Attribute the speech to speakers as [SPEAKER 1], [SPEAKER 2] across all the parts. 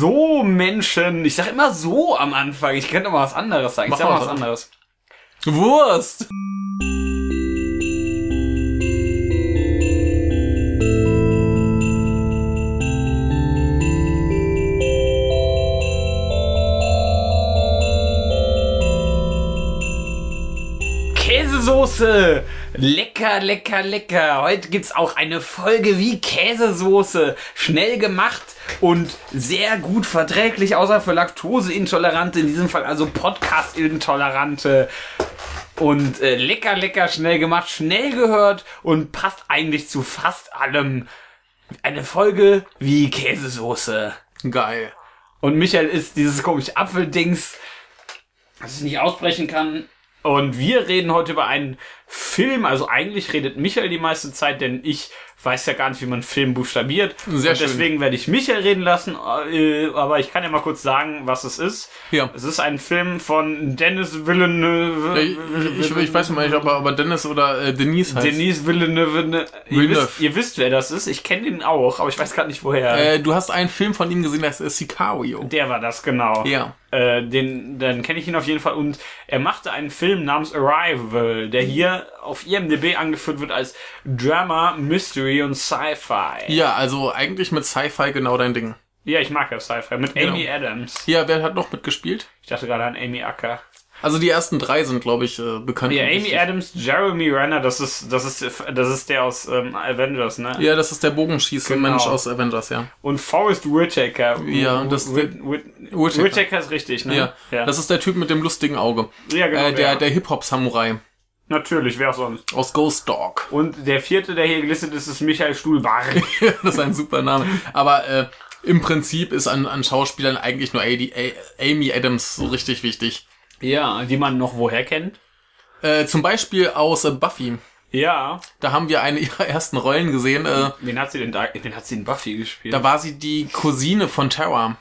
[SPEAKER 1] So, Menschen. Ich sag immer so am Anfang. Ich könnte mal was anderes sagen. Ich
[SPEAKER 2] Mach
[SPEAKER 1] sag
[SPEAKER 2] mal
[SPEAKER 1] mal was
[SPEAKER 2] was
[SPEAKER 1] anderes.
[SPEAKER 2] Wurst!
[SPEAKER 1] Käsesoße! Lecker, lecker, lecker. Heute gibt's auch eine Folge wie Käsesoße. Schnell gemacht und sehr gut verträglich, außer für Laktoseintolerante, in diesem Fall also Podcast-Intolerante. Und äh, lecker, lecker, schnell gemacht, schnell gehört und passt eigentlich zu fast allem. Eine Folge wie Käsesoße.
[SPEAKER 2] Geil.
[SPEAKER 1] Und Michael ist dieses komische Apfeldings, das ich nicht aussprechen kann. Und wir reden heute über einen Film. Also eigentlich redet Michael die meiste Zeit, denn ich weiß ja gar nicht, wie man Film buchstabiert.
[SPEAKER 2] Sehr
[SPEAKER 1] Und
[SPEAKER 2] schön.
[SPEAKER 1] deswegen werde ich Michael reden lassen. äh, Aber ich kann ja mal kurz sagen, was es ist.
[SPEAKER 2] Ja.
[SPEAKER 1] Es ist ein Film von Dennis Villeneuve.
[SPEAKER 2] Ich, ich, ich weiß nicht, ob er aber Dennis oder äh, Denise heißt.
[SPEAKER 1] Denise Villeneuve. ne- Ihr
[SPEAKER 2] Villeneuve.
[SPEAKER 1] wisst, ihr wisst, wer das ist. Ich kenne ihn auch, aber ich weiß gerade nicht, woher.
[SPEAKER 2] Äh, du hast einen Film von ihm gesehen, das ist Sicario.
[SPEAKER 1] Der war das, genau.
[SPEAKER 2] Ja.
[SPEAKER 1] Äh, den, dann kenne ich ihn auf jeden Fall. Und er machte einen Film namens Arrival, der hier auf IMDb angeführt wird als Drama, Mystery und Sci-Fi.
[SPEAKER 2] Ja, also eigentlich mit Sci-Fi genau dein Ding.
[SPEAKER 1] Ja, ich mag ja Sci-Fi. Mit Amy
[SPEAKER 2] Genau.
[SPEAKER 1] Adams.
[SPEAKER 2] Ja, wer hat noch mitgespielt?
[SPEAKER 1] Ich dachte gerade an Amy Acker.
[SPEAKER 2] Also die ersten drei sind, glaube ich, äh, bekannt.
[SPEAKER 1] Ja,
[SPEAKER 2] und
[SPEAKER 1] Amy
[SPEAKER 2] wichtig.
[SPEAKER 1] Adams, Jeremy Renner, das ist, das ist, das ist der aus ähm, Avengers, ne?
[SPEAKER 2] Ja, das ist der Bogenschießer-Mensch
[SPEAKER 1] Genau.
[SPEAKER 2] aus Avengers, ja.
[SPEAKER 1] Und Forrest Whitaker.
[SPEAKER 2] Ja, das-
[SPEAKER 1] Whit- Whit-
[SPEAKER 2] Whitaker.
[SPEAKER 1] Whitaker ist richtig, ne?
[SPEAKER 2] ja.
[SPEAKER 1] ja.
[SPEAKER 2] Das ist der Typ mit dem lustigen Auge.
[SPEAKER 1] ja genau.
[SPEAKER 2] äh, der
[SPEAKER 1] ja.
[SPEAKER 2] der Hip-Hop-Samurai
[SPEAKER 1] Natürlich, wer auch sonst.
[SPEAKER 2] aus Ghost Dog.
[SPEAKER 1] Und der vierte, der hier gelistet ist, ist Michael Stuhlbarg.
[SPEAKER 2] das ist ein super Name. Aber äh, im Prinzip ist an, an Schauspielern eigentlich nur AD, A, Amy Adams so richtig wichtig.
[SPEAKER 1] Ja, die man noch woher kennt.
[SPEAKER 2] Äh, zum Beispiel aus äh, Buffy.
[SPEAKER 1] Ja.
[SPEAKER 2] Da haben wir eine ihrer ersten Rollen gesehen. Äh,
[SPEAKER 1] Wen hat sie denn da? Wen hat sie in Buffy gespielt?
[SPEAKER 2] da war sie die Cousine von Terra.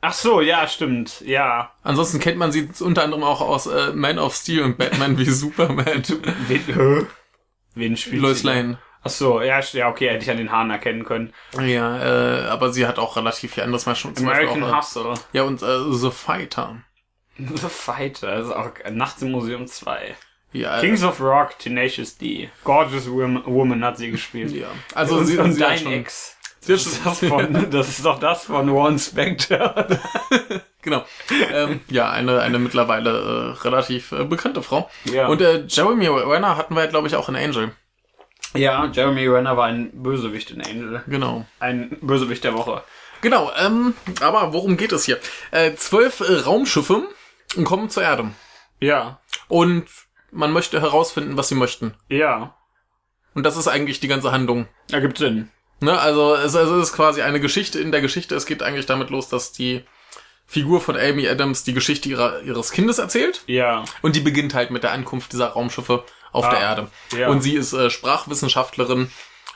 [SPEAKER 1] Ach so, ja, stimmt. Ja.
[SPEAKER 2] Ansonsten kennt man sie unter anderem auch aus äh, Man of Steel und Batman wie Superman.
[SPEAKER 1] Wen, hä? Wen spielt
[SPEAKER 2] Lois
[SPEAKER 1] sie? denn?
[SPEAKER 2] Lane.
[SPEAKER 1] Ach so, ja, st- ja, okay, hätte ich an den Haaren erkennen können.
[SPEAKER 2] Ja, äh, aber sie hat auch relativ viel anderes mal schon zum
[SPEAKER 1] American
[SPEAKER 2] Beispiel auch, äh,
[SPEAKER 1] Hustle.
[SPEAKER 2] Ja, und äh, The Fighter.
[SPEAKER 1] The Fighter, das ist auch Nachts im Museum 2.
[SPEAKER 2] Ja, äh,
[SPEAKER 1] Kings of Rock, Tenacious D. Gorgeous Woman, Woman hat sie gespielt.
[SPEAKER 2] ja. Also
[SPEAKER 1] und
[SPEAKER 2] sie,
[SPEAKER 1] und
[SPEAKER 2] sie hat
[SPEAKER 1] dein
[SPEAKER 2] schon,
[SPEAKER 1] Ex.
[SPEAKER 2] Sie hat
[SPEAKER 1] Das ist,
[SPEAKER 2] schon,
[SPEAKER 1] das, von, das ist doch das von Warren Spector.
[SPEAKER 2] Genau. Ähm, ja, eine, eine mittlerweile äh, relativ äh, bekannte Frau.
[SPEAKER 1] Ja.
[SPEAKER 2] Und äh, Jeremy Renner hatten wir, ja, glaube ich, auch in Angel.
[SPEAKER 1] ja, Jeremy Renner war ein Bösewicht in Angel.
[SPEAKER 2] Genau.
[SPEAKER 1] Ein Bösewicht der Woche.
[SPEAKER 2] Genau, ähm, aber worum geht es hier? Äh, zwölf äh, Raumschiffe kommen zur Erde.
[SPEAKER 1] Ja.
[SPEAKER 2] Und man möchte herausfinden, was sie möchten.
[SPEAKER 1] Ja.
[SPEAKER 2] Und das ist eigentlich die ganze Handlung.
[SPEAKER 1] Ergibt Sinn.
[SPEAKER 2] Ne? Also, es, also es ist quasi eine Geschichte in der Geschichte. Es geht eigentlich damit los, dass die Figur von Amy Adams die Geschichte ihrer, ihres Kindes erzählt.
[SPEAKER 1] Ja.
[SPEAKER 2] Und die beginnt halt mit der Ankunft dieser Raumschiffe auf
[SPEAKER 1] Ah,
[SPEAKER 2] der Erde.
[SPEAKER 1] ja.
[SPEAKER 2] Und sie ist äh, Sprachwissenschaftlerin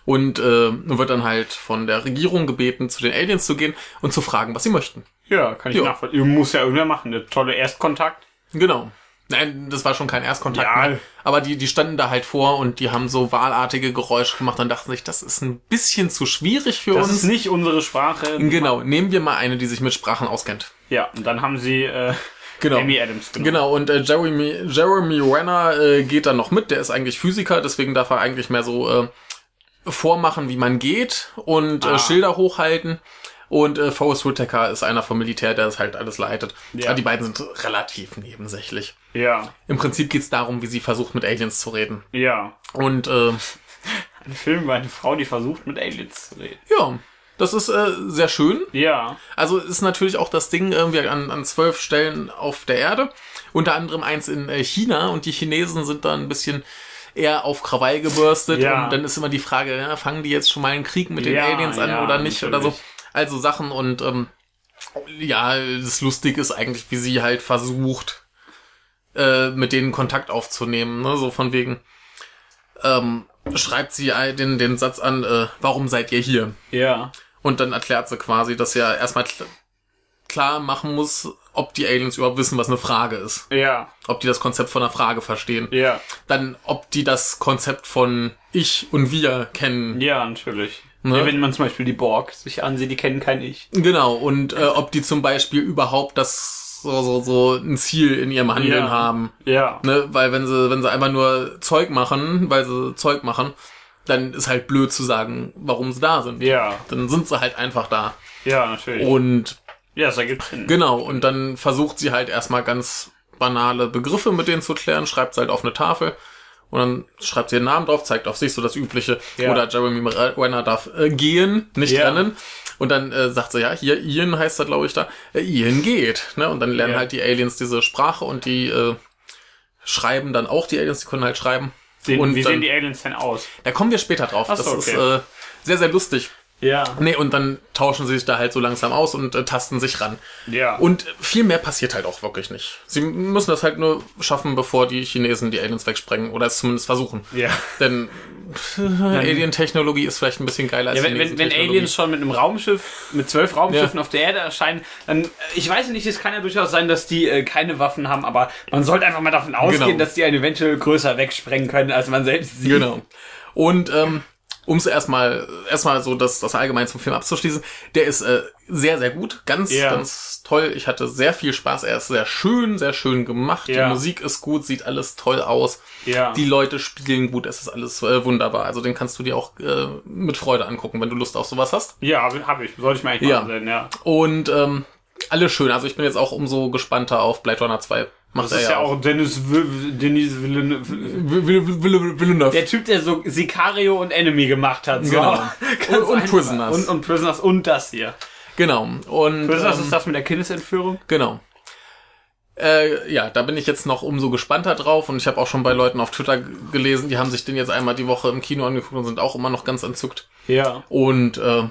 [SPEAKER 2] und äh, wird dann halt von der Regierung gebeten, zu den Aliens zu gehen und zu fragen, was sie möchten.
[SPEAKER 1] Ja, kann ich
[SPEAKER 2] Ja.
[SPEAKER 1] nachvollziehen. Muss ja irgendwer machen. Der tolle Erstkontakt.
[SPEAKER 2] Genau. Nein, das war schon kein Erstkontakt.
[SPEAKER 1] Ja.
[SPEAKER 2] mehr. Aber die, die standen da halt vor und die haben so wahlartige Geräusche gemacht und dachten sich, das ist ein bisschen zu schwierig für
[SPEAKER 1] Das ist
[SPEAKER 2] uns.
[SPEAKER 1] nicht unsere Sprache.
[SPEAKER 2] Genau, nehmen wir mal eine, die sich mit Sprachen auskennt.
[SPEAKER 1] Ja, und dann haben sie äh,
[SPEAKER 2] Genau.
[SPEAKER 1] Amy Adams genommen.
[SPEAKER 2] Genau, und äh, Jeremy, Jeremy Renner äh, geht dann noch mit, der ist eigentlich Physiker, deswegen darf er eigentlich mehr so äh, vormachen, wie man geht und
[SPEAKER 1] Ah.
[SPEAKER 2] äh, Schilder hochhalten. Und äh, Forrest Whitaker ist einer vom Militär, der das halt alles leitet.
[SPEAKER 1] Ja.
[SPEAKER 2] Aber die beiden sind relativ nebensächlich.
[SPEAKER 1] Ja,
[SPEAKER 2] Im Prinzip geht's darum, wie sie versucht, mit Aliens zu reden.
[SPEAKER 1] ja.
[SPEAKER 2] Und äh,
[SPEAKER 1] Ein Film über eine Frau, die versucht, mit Aliens zu reden.
[SPEAKER 2] ja, das ist äh, sehr schön.
[SPEAKER 1] Ja.
[SPEAKER 2] Also ist natürlich auch das Ding irgendwie an, an zwölf Stellen auf der Erde. Unter anderem eins in äh, China und die Chinesen sind da ein bisschen eher auf Krawall gebürstet.
[SPEAKER 1] Ja.
[SPEAKER 2] Und dann ist immer die Frage, ja, fangen die jetzt schon mal einen Krieg mit den
[SPEAKER 1] Ja,
[SPEAKER 2] Aliens an
[SPEAKER 1] ja,
[SPEAKER 2] oder nicht oder so.
[SPEAKER 1] natürlich.
[SPEAKER 2] Also Sachen und ähm, ja, das Lustige ist eigentlich, wie sie halt versucht, äh, mit denen Kontakt aufzunehmen. Ne? So von wegen, ähm, schreibt sie äh, den, den Satz an, äh, warum seid ihr hier?
[SPEAKER 1] Ja.
[SPEAKER 2] Und dann erklärt sie quasi, dass er erstmal kl klar machen muss, ob die Aliens überhaupt wissen, was eine Frage ist.
[SPEAKER 1] Ja.
[SPEAKER 2] Ob die das Konzept von einer Frage verstehen.
[SPEAKER 1] Ja.
[SPEAKER 2] Dann, ob die das Konzept von ich und wir kennen.
[SPEAKER 1] Ja, natürlich.
[SPEAKER 2] Ne?
[SPEAKER 1] Wenn man zum Beispiel die Borg sich ansieht, die kennen kein Ich.
[SPEAKER 2] Genau, und äh, ob die zum Beispiel überhaupt das so, so, so ein Ziel in ihrem Handeln
[SPEAKER 1] Ja.
[SPEAKER 2] haben.
[SPEAKER 1] Ja.
[SPEAKER 2] Ne? Weil wenn sie, wenn sie einfach nur Zeug machen, weil sie Zeug machen, dann ist halt blöd zu sagen, warum sie da sind.
[SPEAKER 1] Ja,
[SPEAKER 2] Dann sind sie halt einfach da.
[SPEAKER 1] ja, natürlich.
[SPEAKER 2] Und
[SPEAKER 1] ja, das ergibt Sinn.
[SPEAKER 2] genau, und dann versucht sie halt erstmal ganz banale Begriffe mit denen zu klären, schreibt sie halt auf eine Tafel und dann schreibt sie ihren Namen drauf, zeigt auf sich so das übliche.
[SPEAKER 1] Ja.
[SPEAKER 2] Oder Jeremy Renner darf äh, gehen, nicht
[SPEAKER 1] Ja.
[SPEAKER 2] rennen. Und dann äh, sagt sie, ja, hier Ian heißt er, glaube ich, da. Äh, Ian geht. Ne? Und dann lernen
[SPEAKER 1] Ja.
[SPEAKER 2] halt die Aliens diese Sprache und die äh, schreiben dann auch die Aliens, die können halt schreiben.
[SPEAKER 1] Sehen,
[SPEAKER 2] und
[SPEAKER 1] wie
[SPEAKER 2] dann,
[SPEAKER 1] sehen die Aliens denn aus?
[SPEAKER 2] da kommen wir später drauf.
[SPEAKER 1] Ach
[SPEAKER 2] das
[SPEAKER 1] so,
[SPEAKER 2] ist
[SPEAKER 1] okay.
[SPEAKER 2] äh, sehr, sehr lustig.
[SPEAKER 1] Ja.
[SPEAKER 2] Nee, und dann tauschen sie sich da halt so langsam aus und äh, tasten sich ran.
[SPEAKER 1] Ja.
[SPEAKER 2] Und viel mehr passiert halt auch wirklich nicht. Sie müssen das halt nur schaffen, bevor die Chinesen die Aliens wegsprengen oder es zumindest versuchen.
[SPEAKER 1] ja.
[SPEAKER 2] Denn äh, Alien-Technologie ist vielleicht ein bisschen geiler als
[SPEAKER 1] Ja, wenn, wenn, wenn
[SPEAKER 2] Chinesen-Technologie.
[SPEAKER 1] Aliens schon mit einem Raumschiff, mit zwölf Raumschiffen
[SPEAKER 2] Ja.
[SPEAKER 1] auf der Erde erscheinen, dann, äh, ich weiß nicht, es kann ja durchaus sein, dass die äh, keine Waffen haben, aber man sollte einfach mal davon ausgehen,
[SPEAKER 2] Genau.
[SPEAKER 1] dass die einen eventuell größer wegsprengen können, als man selbst sieht.
[SPEAKER 2] Genau. Und ähm, um es erstmal erstmal so das, das allgemein zum Film abzuschließen, der ist äh, sehr, sehr gut, ganz,
[SPEAKER 1] Ja.
[SPEAKER 2] ganz toll. Ich hatte sehr viel Spaß. Er ist sehr schön, sehr schön gemacht.
[SPEAKER 1] Ja.
[SPEAKER 2] Die Musik ist gut, sieht alles toll aus.
[SPEAKER 1] Ja.
[SPEAKER 2] Die Leute spielen gut, es ist alles äh, wunderbar. Also den kannst du dir auch äh, mit Freude angucken, wenn du Lust auf sowas hast.
[SPEAKER 1] Ja, habe ich. Sollte ich mir eigentlich
[SPEAKER 2] Ja.
[SPEAKER 1] mal ansehen, ja.
[SPEAKER 2] Und ähm, alles schön. Also ich bin jetzt auch umso gespannter auf Blade Runner 2. Macht
[SPEAKER 1] Das ist ja
[SPEAKER 2] auch.
[SPEAKER 1] auch Dennis, Will- Dennis Villeneuve.
[SPEAKER 2] Will- Will- Will- Will- Villeneuve.
[SPEAKER 1] Der Typ, der so Sicario und Enemy gemacht hat. So.
[SPEAKER 2] Genau.
[SPEAKER 1] Ganz
[SPEAKER 2] Und- und
[SPEAKER 1] einfach.
[SPEAKER 2] Prisoners.
[SPEAKER 1] Und, und Prisoners und das hier.
[SPEAKER 2] Genau. Und
[SPEAKER 1] Prisoners
[SPEAKER 2] ähm,
[SPEAKER 1] ist das mit der Kindesentführung?
[SPEAKER 2] Genau. Äh, ja, da bin ich jetzt noch umso gespannter drauf und ich habe auch schon bei Leuten auf Twitter g- gelesen, die haben sich den jetzt einmal die Woche im Kino angeguckt und sind auch immer noch ganz entzückt.
[SPEAKER 1] Ja.
[SPEAKER 2] Und äh,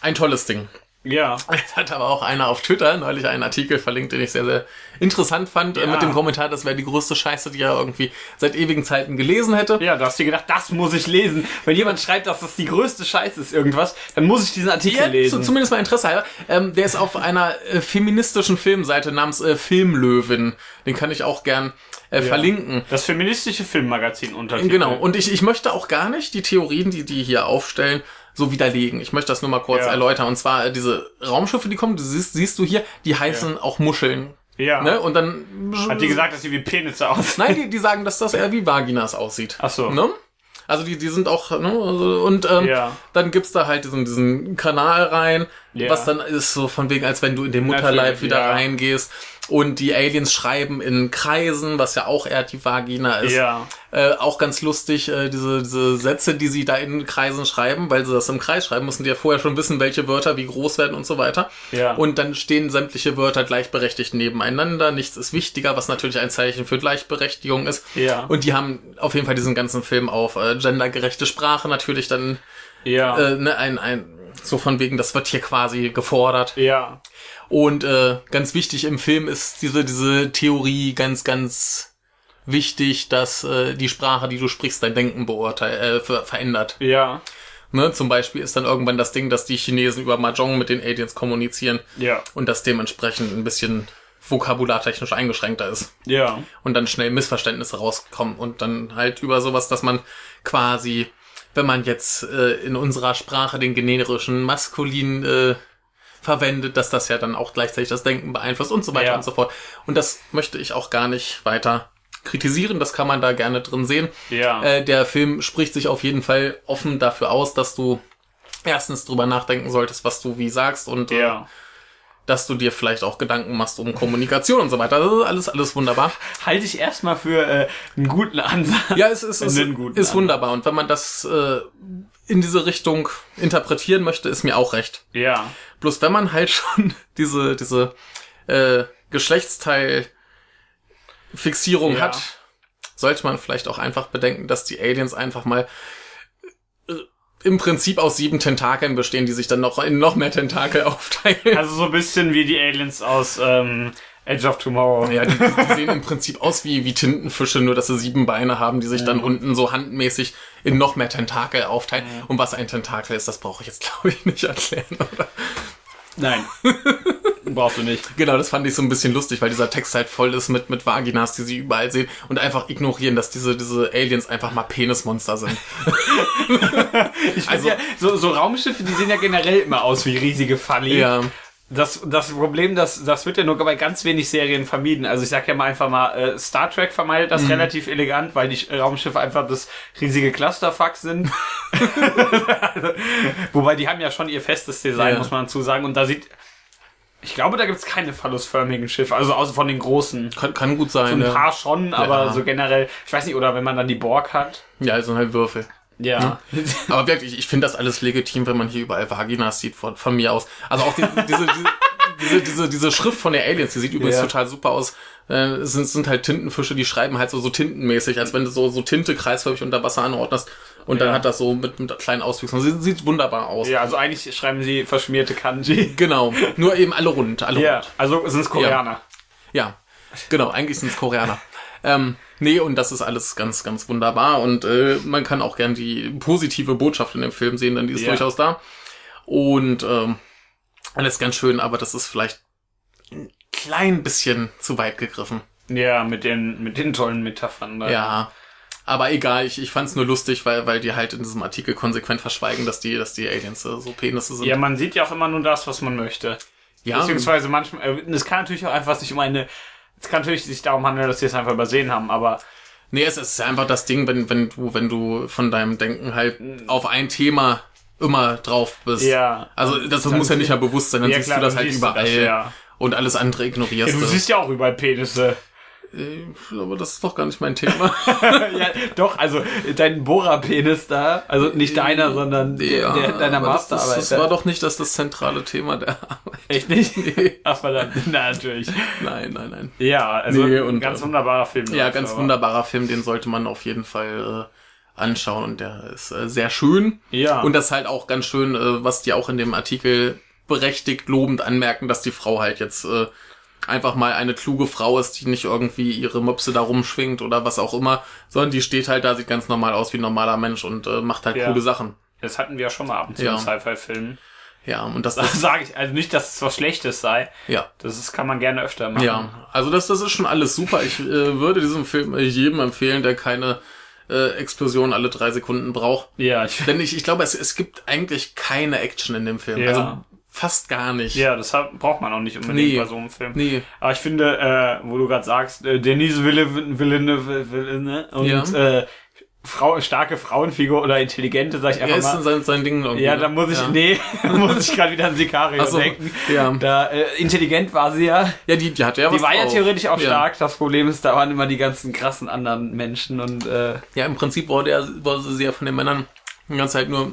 [SPEAKER 2] ein tolles Ding.
[SPEAKER 1] Ja.
[SPEAKER 2] Jetzt hat aber auch einer auf Twitter neulich einen Artikel verlinkt, den ich sehr, sehr interessant fand, äh,
[SPEAKER 1] Ja.
[SPEAKER 2] mit dem Kommentar, das wäre die größte Scheiße, die er irgendwie seit ewigen Zeiten gelesen hätte.
[SPEAKER 1] Ja, da hast du dir gedacht, das muss ich lesen. Wenn jemand schreibt, dass das die größte Scheiße ist, irgendwas, dann muss ich diesen Artikel
[SPEAKER 2] zu,
[SPEAKER 1] lesen.
[SPEAKER 2] zumindest mal Interesse halber. Ähm, der ist auf einer äh, feministischen Filmseite namens äh, Filmlöwin. Den kann ich auch gern äh, verlinken.
[SPEAKER 1] das feministische Filmmagazin untertitel.
[SPEAKER 2] Genau, und ich, ich möchte auch gar nicht die Theorien, die die hier aufstellen, so widerlegen. Ich möchte das nur mal kurz
[SPEAKER 1] Ja.
[SPEAKER 2] erläutern. Und zwar äh, diese Raumschiffe, die kommen, du siehst, siehst du hier, die heißen auch Muscheln.
[SPEAKER 1] ja.
[SPEAKER 2] Ne? Und dann
[SPEAKER 1] Hat die gesagt, dass sie wie Penisse aussehen?
[SPEAKER 2] Nein, die, die sagen, dass das eher wie Vaginas aussieht.
[SPEAKER 1] Ach so.
[SPEAKER 2] Ne? Also die, die sind auch, ne, also- und ähm,
[SPEAKER 1] Ja.
[SPEAKER 2] dann gibt's da halt diesen, diesen Kanal rein,
[SPEAKER 1] Ja.
[SPEAKER 2] was dann ist so von wegen, als wenn du in den
[SPEAKER 1] Natürlich,
[SPEAKER 2] Mutterleib wieder
[SPEAKER 1] ja.
[SPEAKER 2] reingehst. Und die Aliens schreiben in Kreisen, was ja auch eher die Vagina ist.
[SPEAKER 1] Ja.
[SPEAKER 2] Äh, auch ganz lustig, äh, diese, diese Sätze, die sie da in Kreisen schreiben, weil sie das im Kreis schreiben, müssen die ja vorher schon wissen, welche Wörter wie groß werden und so weiter.
[SPEAKER 1] Ja.
[SPEAKER 2] Und dann stehen sämtliche Wörter gleichberechtigt nebeneinander. Nichts ist wichtiger, was natürlich ein Zeichen für Gleichberechtigung ist.
[SPEAKER 1] Ja.
[SPEAKER 2] Und die haben auf jeden Fall diesen ganzen Film auf äh, gendergerechte Sprache natürlich dann
[SPEAKER 1] Ja.
[SPEAKER 2] äh, ne, ein, ein so von wegen, das wird hier quasi gefordert.
[SPEAKER 1] ja.
[SPEAKER 2] Und äh, ganz wichtig im Film ist diese, diese Theorie ganz, ganz wichtig, dass äh, die Sprache, die du sprichst, dein Denken beurteilt, äh, ver verändert.
[SPEAKER 1] Ja.
[SPEAKER 2] Ne? Zum Beispiel ist dann irgendwann das Ding, dass die Chinesen über Mahjong mit den Aliens kommunizieren
[SPEAKER 1] Ja.
[SPEAKER 2] und das dementsprechend ein bisschen vokabulartechnisch eingeschränkter ist
[SPEAKER 1] Ja.
[SPEAKER 2] und dann schnell Missverständnisse rauskommen und dann halt über sowas, dass man quasi, wenn man jetzt äh, in unserer Sprache den generischen Maskulin äh, verwendet, dass das ja dann auch gleichzeitig das Denken beeinflusst und so weiter
[SPEAKER 1] Ja.
[SPEAKER 2] und so fort. Und das möchte ich auch gar nicht weiter kritisieren, das kann man da gerne drin sehen.
[SPEAKER 1] Ja.
[SPEAKER 2] Äh, der Film spricht sich auf jeden Fall offen dafür aus, dass du erstens drüber nachdenken solltest, was du wie sagst und äh,
[SPEAKER 1] ja.
[SPEAKER 2] dass du dir vielleicht auch Gedanken machst um Kommunikation und so weiter. Das ist alles, alles wunderbar.
[SPEAKER 1] Halte ich erstmal für äh, einen guten Ansatz.
[SPEAKER 2] Ja, es ist,
[SPEAKER 1] Wenn
[SPEAKER 2] es
[SPEAKER 1] denn gut,
[SPEAKER 2] ist
[SPEAKER 1] dann.
[SPEAKER 2] wunderbar. Und wenn man das äh, in diese Richtung interpretieren möchte, ist mir auch recht.
[SPEAKER 1] Ja.
[SPEAKER 2] Bloß wenn man halt schon diese, diese äh, Geschlechtsteil-Fixierung
[SPEAKER 1] Ja.
[SPEAKER 2] hat, sollte man vielleicht auch einfach bedenken, dass die Aliens einfach mal äh, im Prinzip aus sieben Tentakeln bestehen, die sich dann noch in noch mehr Tentakel aufteilen.
[SPEAKER 1] Also so ein bisschen wie die Aliens aus ähm, Edge of Tomorrow.
[SPEAKER 2] Ja, die, die sehen im Prinzip aus wie, wie Tintenfische, nur dass sie sieben Beine haben, die sich dann unten so handmäßig in noch mehr Tentakel aufteilen. Und was ein Tentakel ist, das brauche ich jetzt, glaube ich, nicht erklären. Oder?
[SPEAKER 1] Nein. Brauchst du nicht.
[SPEAKER 2] Genau, das fand ich so ein bisschen lustig, weil dieser Text halt voll ist mit, mit Vaginas, die sie überall sehen und einfach ignorieren, dass diese, diese Aliens einfach mal Penismonster sind.
[SPEAKER 1] Ich also, ja, so, so Raumschiffe, die sehen ja generell immer aus wie riesige Falli.
[SPEAKER 2] ja.
[SPEAKER 1] Das, das Problem, das, das wird ja nur bei ganz wenig Serien vermieden. Also ich sag ja mal einfach mal, äh, Star Trek vermeidet
[SPEAKER 2] Mhm.
[SPEAKER 1] das relativ elegant, weil die Raumschiffe einfach das riesige Clusterfuck sind. also, wobei die haben ja schon ihr festes Design,
[SPEAKER 2] Ja.
[SPEAKER 1] muss man dazu sagen. Und da sieht, ich glaube, da gibt's keine phallusförmigen Schiffe, also außer von den großen.
[SPEAKER 2] Kann, kann gut
[SPEAKER 1] Ein
[SPEAKER 2] sein. ja.
[SPEAKER 1] paar schon, aber
[SPEAKER 2] Ja.
[SPEAKER 1] so generell, ich weiß nicht, oder wenn man dann die Borg hat.
[SPEAKER 2] ja, so halt Würfel.
[SPEAKER 1] Ja.
[SPEAKER 2] Aber wirklich, ich finde das alles legitim, wenn man hier überall Vaginas sieht, von, von mir aus. Also auch die, diese, diese, diese, diese, diese Schrift von der Aliens, die sieht übrigens
[SPEAKER 1] Ja.
[SPEAKER 2] total super aus. Äh, sind, sind halt Tintenfische, die schreiben halt so, so tintenmäßig, als wenn du so, so Tinte kreisförmig unter Wasser anordnest und dann
[SPEAKER 1] Ja.
[SPEAKER 2] hat das so mit, mit kleinen Auswüchsen. Sieht, sieht wunderbar aus.
[SPEAKER 1] ja, also eigentlich schreiben sie verschmierte Kanji.
[SPEAKER 2] Genau. Nur eben alle rund, alle
[SPEAKER 1] Ja,
[SPEAKER 2] rund.
[SPEAKER 1] also sind's Koreaner.
[SPEAKER 2] Ja, genau, eigentlich sind's Koreaner. ähm, nee, und das ist alles ganz, ganz wunderbar. Und äh, man kann auch gern die positive Botschaft in dem Film sehen, denn die ist
[SPEAKER 1] Ja.
[SPEAKER 2] durchaus da. Und ähm, alles ganz schön, aber das ist vielleicht ein klein bisschen zu weit gegriffen.
[SPEAKER 1] Ja, mit den, mit den tollen Metaphern. da.
[SPEAKER 2] Ja. Aber egal, ich, ich fand's nur lustig, weil, weil die halt in diesem Artikel konsequent verschweigen, dass die, dass die Aliens äh, so Penisse sind.
[SPEAKER 1] Ja, man sieht ja auch immer nur das, was man möchte.
[SPEAKER 2] ja
[SPEAKER 1] Beziehungsweise manchmal, äh, es kann natürlich auch einfach sich um eine, es kann natürlich sich darum handeln, dass sie es einfach übersehen haben, aber
[SPEAKER 2] Nee, es ist einfach das Ding, wenn, wenn du, wenn du von deinem Denken halt auf ein Thema immer drauf bist.
[SPEAKER 1] Hm. Ja.
[SPEAKER 2] Also das
[SPEAKER 1] Dann
[SPEAKER 2] muss ja nicht
[SPEAKER 1] sie-
[SPEAKER 2] mal bewusst sein, dann
[SPEAKER 1] Ja,
[SPEAKER 2] siehst
[SPEAKER 1] klar,
[SPEAKER 2] du das
[SPEAKER 1] dann
[SPEAKER 2] halt
[SPEAKER 1] siehst du
[SPEAKER 2] überall
[SPEAKER 1] das, ja.
[SPEAKER 2] und alles andere ignorierst
[SPEAKER 1] du siehst ja auch überall Penisse.
[SPEAKER 2] du. Aber das ist doch gar nicht mein Thema.
[SPEAKER 1] ja, doch, also dein Bohrer-Penis da, also nicht deiner, sondern der, deiner
[SPEAKER 2] aber das-
[SPEAKER 1] Masterarbeit.
[SPEAKER 2] Das, das war doch nicht das, das zentrale Thema der Arbeit.
[SPEAKER 1] Echt nicht? Ach verdammt, na natürlich.
[SPEAKER 2] Nein, nein, nein.
[SPEAKER 1] Ja, also
[SPEAKER 2] Nee,
[SPEAKER 1] ein
[SPEAKER 2] und,
[SPEAKER 1] ganz
[SPEAKER 2] ähm,
[SPEAKER 1] wunderbarer Film.
[SPEAKER 2] Ja,
[SPEAKER 1] läuft,
[SPEAKER 2] ganz
[SPEAKER 1] aber-
[SPEAKER 2] wunderbarer Film, den sollte man auf jeden Fall äh, anschauen und der ist äh, sehr schön.
[SPEAKER 1] Ja.
[SPEAKER 2] Und das halt auch ganz schön, äh, was die auch in dem Artikel berechtigt lobend anmerken, dass die Frau halt jetzt äh, einfach mal eine kluge Frau ist, die nicht irgendwie ihre Möpse da rumschwingt oder was auch immer, sondern die steht halt da, sieht ganz normal aus wie ein normaler Mensch und äh, macht halt
[SPEAKER 1] Ja.
[SPEAKER 2] coole Sachen.
[SPEAKER 1] Das hatten wir ja schon mal ab und zu
[SPEAKER 2] Ja.
[SPEAKER 1] in Sci-Fi-Filmen.
[SPEAKER 2] Ja, und das
[SPEAKER 1] Das
[SPEAKER 2] ist,
[SPEAKER 1] sage ich, also nicht, dass es was Schlechtes sei.
[SPEAKER 2] ja.
[SPEAKER 1] Das ist, kann man gerne öfter machen.
[SPEAKER 2] Ja, also das, das ist schon alles super. Ich äh, würde diesem Film äh, jedem empfehlen, der keine äh, Explosion alle drei Sekunden braucht.
[SPEAKER 1] Ja, ich,
[SPEAKER 2] Denn ich, ich glaube, es, es gibt eigentlich keine Action in dem Film.
[SPEAKER 1] Ja.
[SPEAKER 2] Also fast gar nicht.
[SPEAKER 1] ja das hat, braucht man auch nicht unbedingt
[SPEAKER 2] Nee.
[SPEAKER 1] bei so einem Film.
[SPEAKER 2] Nee.
[SPEAKER 1] Aber ich finde, äh, wo du gerade sagst, äh, Denise Villeneuve Villeneuve- Villeneuve und
[SPEAKER 2] Ja.
[SPEAKER 1] äh, Frau, starke Frauenfigur oder intelligente, sag ich
[SPEAKER 2] Er
[SPEAKER 1] einfach
[SPEAKER 2] ist
[SPEAKER 1] mal.
[SPEAKER 2] in sein, sein Ding irgendwie. ne?
[SPEAKER 1] Ja, da muss ich, nee, da muss ich gerade wieder an Sicario
[SPEAKER 2] Ach so,
[SPEAKER 1] denken.
[SPEAKER 2] ja.
[SPEAKER 1] Da, äh, intelligent war sie ja.
[SPEAKER 2] Ja, die, die hatte ja was
[SPEAKER 1] Die war ja
[SPEAKER 2] drauf.
[SPEAKER 1] theoretisch auch
[SPEAKER 2] ja.
[SPEAKER 1] stark. Das Problem ist, da waren immer die ganzen krassen anderen Menschen und, äh,
[SPEAKER 2] Ja, im Prinzip wurde, er, wurde sie ja von den Männern die ganze Zeit nur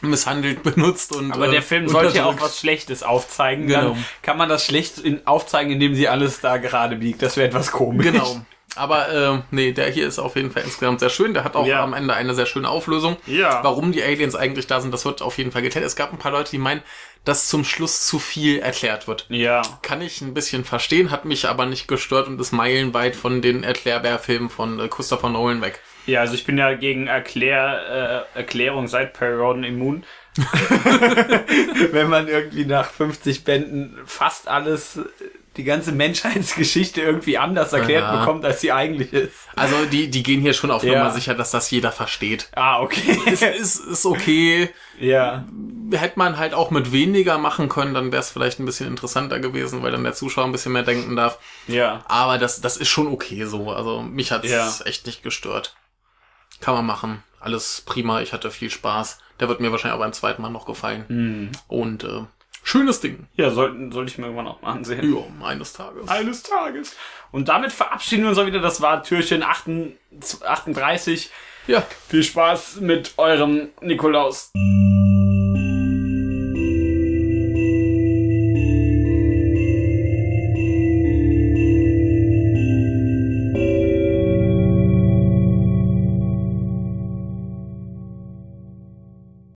[SPEAKER 2] misshandelt, benutzt und.
[SPEAKER 1] aber
[SPEAKER 2] äh,
[SPEAKER 1] der Film
[SPEAKER 2] und
[SPEAKER 1] sollte ja auch
[SPEAKER 2] unterdrückt.
[SPEAKER 1] was Schlechtes aufzeigen.
[SPEAKER 2] Genau.
[SPEAKER 1] Dann kann man das schlecht in, aufzeigen, indem sie alles da gerade biegt. Das wäre etwas komisch.
[SPEAKER 2] Genau. Aber äh, nee, der hier ist auf jeden Fall insgesamt sehr schön. Der hat auch
[SPEAKER 1] Ja.
[SPEAKER 2] am Ende eine sehr schöne Auflösung.
[SPEAKER 1] Ja.
[SPEAKER 2] Warum die Aliens eigentlich da sind, das wird auf jeden Fall geklärt. Es gab ein paar Leute, die meinen, dass zum Schluss zu viel erklärt wird.
[SPEAKER 1] Ja.
[SPEAKER 2] Kann ich ein bisschen verstehen, hat mich aber nicht gestört und ist meilenweit von den Erklärbär-Filmen von äh, Christopher Nolan weg.
[SPEAKER 1] Ja, also ich bin ja gegen Erklär, äh, Erklärung seit Perioden immun. Wenn man irgendwie nach 50 Bänden fast alles, die ganze Menschheitsgeschichte irgendwie anders erklärt
[SPEAKER 2] Ja.
[SPEAKER 1] bekommt, als sie eigentlich ist.
[SPEAKER 2] Also die, die gehen hier schon auf
[SPEAKER 1] Ja.
[SPEAKER 2] Nummer sicher, dass das jeder versteht.
[SPEAKER 1] Ah, okay.
[SPEAKER 2] Ist, ist okay.
[SPEAKER 1] ja.
[SPEAKER 2] Hätte man halt auch mit weniger machen können, dann wäre es vielleicht ein bisschen interessanter gewesen, weil dann der Zuschauer ein bisschen mehr denken darf.
[SPEAKER 1] Ja.
[SPEAKER 2] Aber das, das ist schon okay so. Also mich hat's
[SPEAKER 1] Ja.
[SPEAKER 2] echt nicht gestört. Kann man machen. Alles prima. Ich hatte viel Spaß. Der wird mir wahrscheinlich auch beim zweiten Mal noch gefallen.
[SPEAKER 1] Mhm.
[SPEAKER 2] Und äh, schönes Ding.
[SPEAKER 1] Ja, sollten, sollte ich mir irgendwann auch mal ansehen.
[SPEAKER 2] Ja, eines Tages.
[SPEAKER 1] Eines Tages. Und damit verabschieden wir uns auch wieder. Das war Türchen 38.
[SPEAKER 2] Ja.
[SPEAKER 1] Viel Spaß mit eurem Nikolaus.